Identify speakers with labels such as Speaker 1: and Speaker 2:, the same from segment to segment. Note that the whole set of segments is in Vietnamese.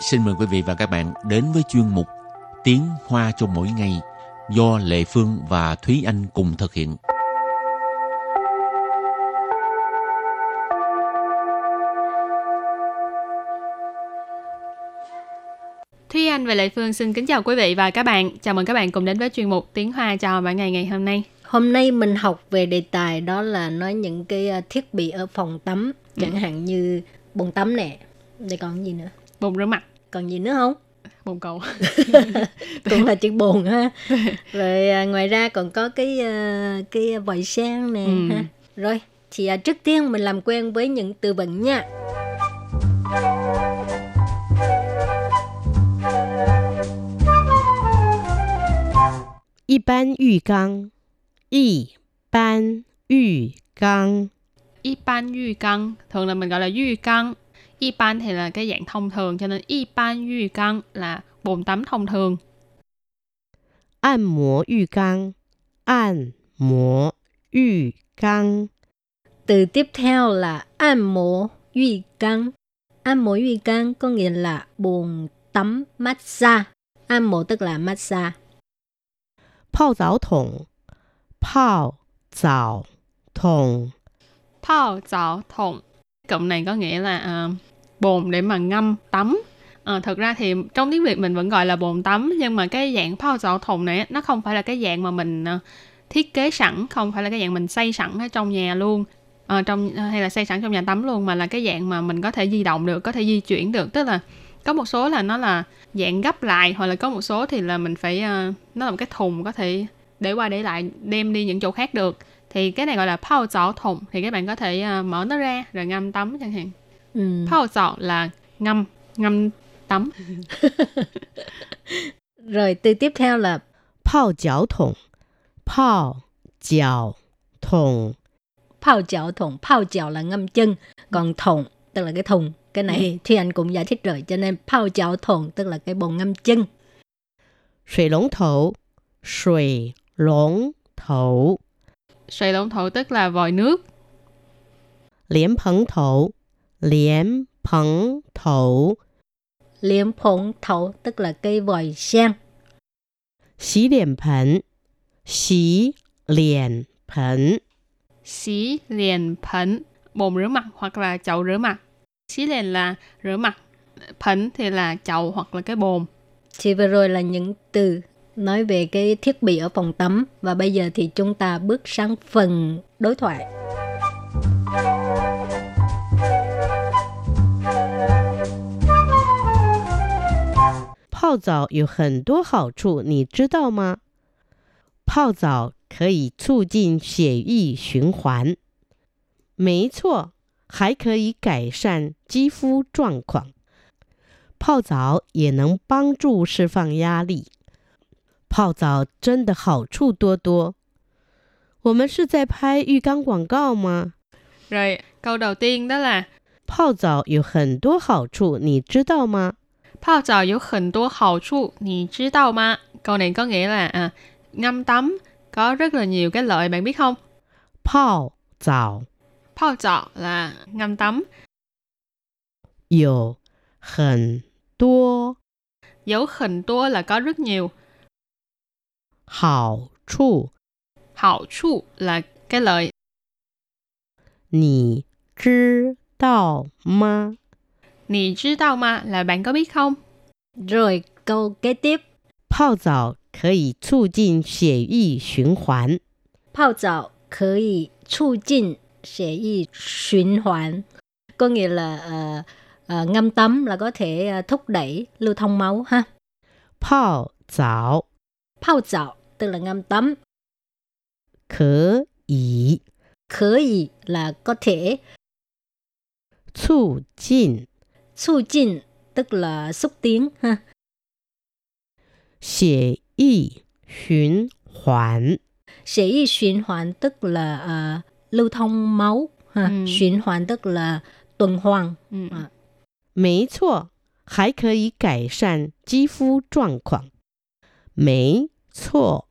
Speaker 1: xin mời quý vị và các bạn đến với chuyên mục Tiếng Hoa cho mỗi ngày do Lệ Phương và Thúy Anh cùng thực hiện.
Speaker 2: Thúy Anh và Lệ Phương xin kính chào quý vị và các bạn. Chào mừng các bạn cùng đến với chuyên mục Tiếng Hoa chào mỗi ngày ngày hôm nay.
Speaker 3: Hôm nay mình học về đề tài đó là nói những cái à, thiết bị ở phòng tắm, chẳng hạn như bồn tắm nè. Đây còn gì nữa?
Speaker 2: Bồn rửa mặt,
Speaker 3: Còn gì nữa không?
Speaker 2: bồn cầu.
Speaker 3: Cũng là chữ bồn ha. Rồi à, ngoài ra còn có cái à, cái vòi sen nè
Speaker 2: Ừ.
Speaker 3: ha. Rồi thì à, trước tiên mình làm quen với những từ vựng nha.
Speaker 4: 一般浴缸，一般浴缸，
Speaker 2: Y ban yu căng, thường là mình gọi là yu căng. Y ban thì là cái dạng thông thường cho nên y ban yu căng là bồn tắm thông thường.
Speaker 4: 按摩浴缸，按摩浴缸，
Speaker 3: Từ tiếp theo là an mổ duy căng. An mổ duy căng có nghĩa là bồn tắm massage. An mổ tức là massage.
Speaker 4: 泡澡桶，泡澡桶，
Speaker 2: Thao chảo thùng. Cụm này có nghĩa là à, bồn để mà ngâm tắm. Ờ, thực ra thì trong tiếng Việt mình vẫn gọi là bồn tắm nhưng mà cái dạng thao chảo thùng này á, nó không phải là cái dạng mà mình à, thiết kế sẵn, không phải là cái dạng mình xây sẵn ở trong nhà luôn. Ờ, trong hay là xây sẵn trong nhà tắm luôn mà là cái dạng mà mình có thể di động được, có thể di chuyển được, tức là có một số là nó là dạng gấp lại hoặc là có một số thì là mình phải à, nó là một cái thùng có thể để qua để lại đem đi những chỗ khác được thì cái này gọi là pao chảo thùng thì các bạn có thể à, mở nó ra rồi ngâm tắm chẳng hạn
Speaker 3: Ừ.
Speaker 2: pao chảo là ngâm ngâm tắm
Speaker 3: Rồi từ tiếp theo là
Speaker 4: 泡脚桶，泡脚桶，
Speaker 3: 泡脚桶, Phao chảo là ngâm chân, còn thùng tức là cái thùng. Cái này thì anh cũng giải thích rồi, cho nên phao chảo thùng tức là cái bồn ngâm chân.
Speaker 4: 水龙头，水龙头，
Speaker 2: xoay lộn thổ tức là vòi nước
Speaker 4: 莲蓬头，莲蓬头。
Speaker 3: Liếm phổng thấu tức là cái vòi sen.
Speaker 4: 洗脸盆，洗脸盆，
Speaker 2: xí liền phấn bồn rửa mặt hoặc là chậu rửa mặt xí liền là rửa mặt phấn thì là chậu hoặc là cái bồn
Speaker 3: Thì vừa rồi là những từ nói về cái thiết bị ở phòng tắm và bây giờ thì chúng ta bước sang phần đối thoại.
Speaker 4: 泡澡有很多好处，你知道吗？泡澡可以促进血液循环，没错，还可以改善肌肤状况。泡澡也能帮助释放压力。泡澡真的好处多多。我们是在拍浴缸广告吗？
Speaker 2: rồi câu đầu tiên đó là
Speaker 4: 泡澡有很多好处，你知道吗？
Speaker 2: Pao chảo có hẳn đa hào chu, nì chí đào ma? Câu này có nghĩa là à, ngâm tắm có rất là nhiều cái lợi, bạn biết không?
Speaker 4: 泡澡
Speaker 2: Pao chảo là ngâm tắm,
Speaker 4: 有很多
Speaker 2: dấu hẳn đa là có rất nhiều,
Speaker 4: 好处，
Speaker 2: hào chu là cái lợi.
Speaker 4: 你知道吗？
Speaker 2: Nì chí đào ma là bạn có biết không?
Speaker 3: Rồi câu kế tiếp,
Speaker 4: 泡澡可以促进血液循环，
Speaker 3: phao chảo có thể chu trình sẽ y循hoàn. Có nghĩa là ờ, ờ, ngâm tắm là có thể ờ, thúc đẩy lưu thông máu ha.
Speaker 4: 泡澡
Speaker 3: Phao chảo tức là ngâm tắm,
Speaker 4: 可以
Speaker 3: có thể là có thể,
Speaker 4: 促进
Speaker 3: chu trình tức là xúc tiến ha.
Speaker 4: 血液循环，
Speaker 3: Sẽ y循hoàn tức là ờ, lưu thông máu ha.
Speaker 2: Ừ.
Speaker 3: 循hoàn tức là tuần hoàn.
Speaker 2: Ừ.
Speaker 3: À.
Speaker 4: 没错，还可以改善肌肤状况。没错。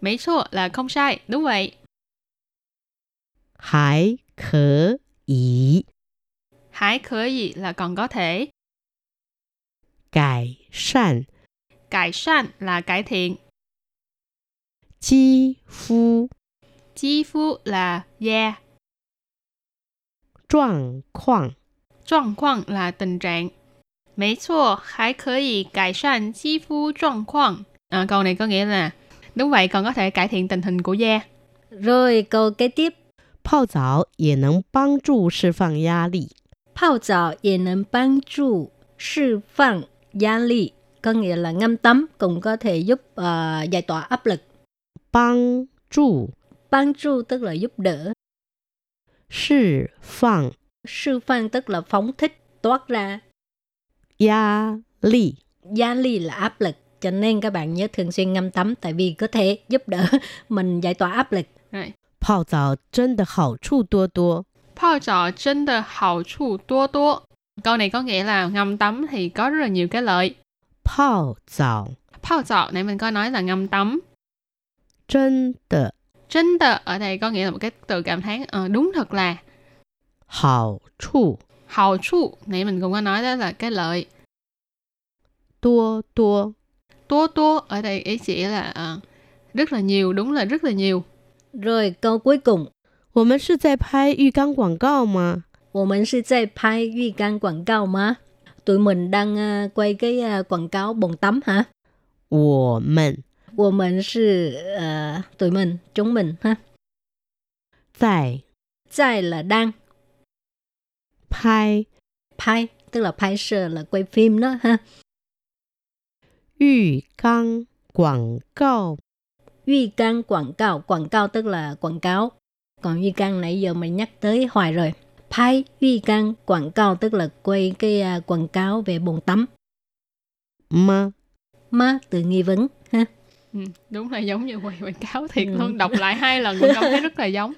Speaker 2: Mấy số là không sai, đúng vậy.
Speaker 4: 还可以
Speaker 2: Hải khởi gì là còn có thể.
Speaker 4: 改善、
Speaker 2: Cải sạn là cải thiện,
Speaker 4: 肌肤
Speaker 2: chi phu là da,
Speaker 4: 状况、
Speaker 2: 状况 là tình trạng. Mấy chua, hãy có thể cải sạn chi phu trạng quang. À, câu này có nghĩa là đúng vậy còn có thể cải thiện tình hình của da.
Speaker 3: Rồi câu kế tiếp,
Speaker 4: 泡澡也能帮助释放压力。
Speaker 3: 泡澡也能帮助释放压力, có nghĩa là ngâm tắm cũng có thể giúp ờ, giải tỏa áp lực.
Speaker 4: 帮助
Speaker 3: Bang chu tức là giúp đỡ,
Speaker 4: 释放
Speaker 3: sư phang tức là phóng thích, toát ra,
Speaker 4: 压力。
Speaker 3: gia ly là áp lực. Cho nên các bạn nhớ thường xuyên ngâm tắm tại vì có thể giúp đỡ mình giải tỏa áp lực.
Speaker 2: Rồi.
Speaker 4: 泡澡真的好处多多，
Speaker 2: Pao trò trên the hào chu tua tua. Câu này có nghĩa là ngâm tắm thì có rất là nhiều cái lợi.
Speaker 4: 泡澡
Speaker 2: Pao trò này mình có nói là ngâm tắm.
Speaker 4: 真的
Speaker 2: Trên the ở đây có nghĩa là một cái từ cảm thán ờ, đúng thật là
Speaker 4: 好处
Speaker 2: hào chu. Nãy mình cũng có nói đó là cái lợi.
Speaker 4: 多多。
Speaker 2: Tua tua ở đây ý chỉ là ờ, rất là nhiều, đúng là rất là nhiều.
Speaker 3: Rồi câu cuối cùng,
Speaker 4: 我们是在拍浴缸广告吗？
Speaker 3: 我们是在拍浴缸广告吗？Tụi mình đang ờ, quay cái ờ, quảng cáo bồn tắm hả?
Speaker 4: 我们
Speaker 3: 我们是呃，tụi à, mình, chúng mình ha.
Speaker 4: 在
Speaker 3: Tại là đang,
Speaker 4: 拍
Speaker 3: 拍 tức là拍摄là quay phim đó ha.
Speaker 4: 浴缸广告
Speaker 3: Uy can quảng cáo, quảng cáo tức là quảng cáo. Còn uy can nãy giờ mình nhắc tới hoài rồi.拍 uy can quảng cáo tức là quay cái à, quảng cáo về bồn tắm.
Speaker 4: 吗？
Speaker 3: Má từ nghi vấn ha.
Speaker 2: Ừ, đúng là giống như quầy quảng cáo thiệt
Speaker 3: Ừ.
Speaker 2: luôn. Đọc lại hai lần mình cảm thấy rất là giống.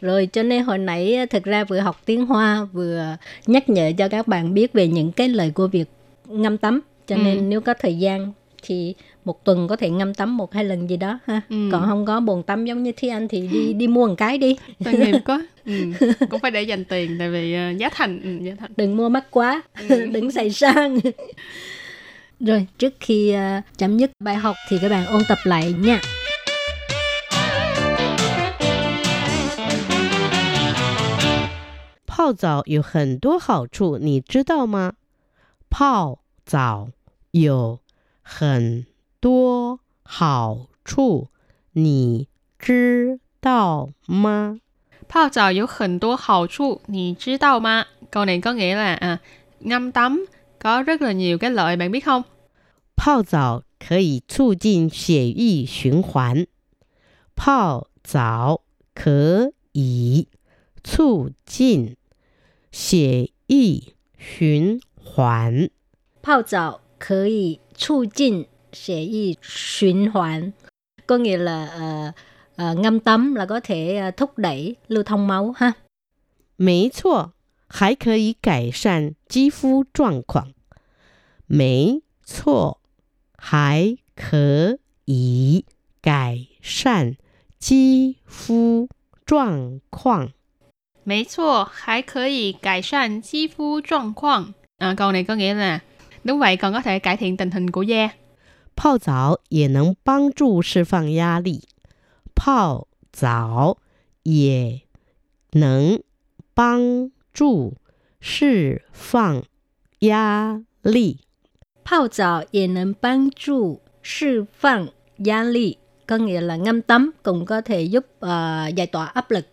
Speaker 3: Rồi cho nên hồi nãy à, thực ra vừa học tiếng Hoa vừa nhắc nhở cho các bạn biết về những cái lời của việc ngâm tắm. Cho
Speaker 2: Ừ.
Speaker 3: nên nếu có thời gian thì một tuần có thể ngâm tắm một hai lần gì đó ha.
Speaker 2: Ừ.
Speaker 3: Còn không có bồn tắm giống như Thi Anh thì đi đi mua một cái đi.
Speaker 2: Tội nghiệp quá. Ừ, cũng phải để dành tiền tại vì ờ, giá thành ừ, giá thành.
Speaker 3: đừng mua mắc quá,
Speaker 2: Ừ.
Speaker 3: đừng xài sang. Rồi, trước khi à, chấm dứt bài học thì các bạn ôn tập lại nha.
Speaker 4: 泡澡有很多好处，你知道吗？泡澡有很多好处，你知道吗？
Speaker 2: Pao trò có hình tua hào chu, nì chứ đâu mà. Câu này có nghĩa là à, ngâm tắm có rất là nhiều cái lợi bạn biết không?
Speaker 4: 泡澡可以促进血液循环。泡澡可以促进血液循环。
Speaker 3: Phao dạo có thể chu jin sẽ y xuyên hoàn. Có nghĩa là ờ, ờ, ngâm tắm là có thể ờ, thúc đẩy lưu thông máu ha.
Speaker 4: 没错，还可以改善肌肤状况。没错，还可以改善肌肤状况。
Speaker 2: Mấy chua, hãy có thể cải sạn chi phu trạng quang. À, câu này có nghĩa là đúng vậy còn có thể cải thiện tình hình của da.
Speaker 4: 泡澡也能帮助释放压力。泡澡也能帮助释放压力。
Speaker 3: Phao dạo也能帮助释放压力. Có nghĩa là ngâm tắm cũng có thể giúp ờ, giải tỏa áp lực.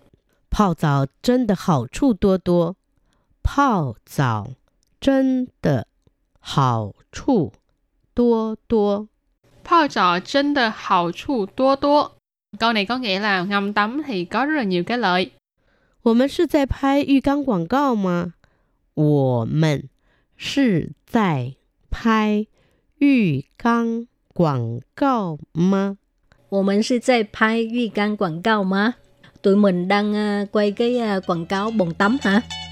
Speaker 4: 泡澡真的好处多多，泡澡真的好处多多。
Speaker 2: Pao trò trên the hào chu tua tua. Câu này có nghĩa là ngâm tắm thì có rất là nhiều cái lợi.
Speaker 4: 我们是在拍浴缸广告吗？我们是在拍浴缸广告吗？
Speaker 3: 我们是在拍浴缸广告吗？Tụi mình đang ờ, quay cái ờ, quảng à, cáo bồn tắm hả?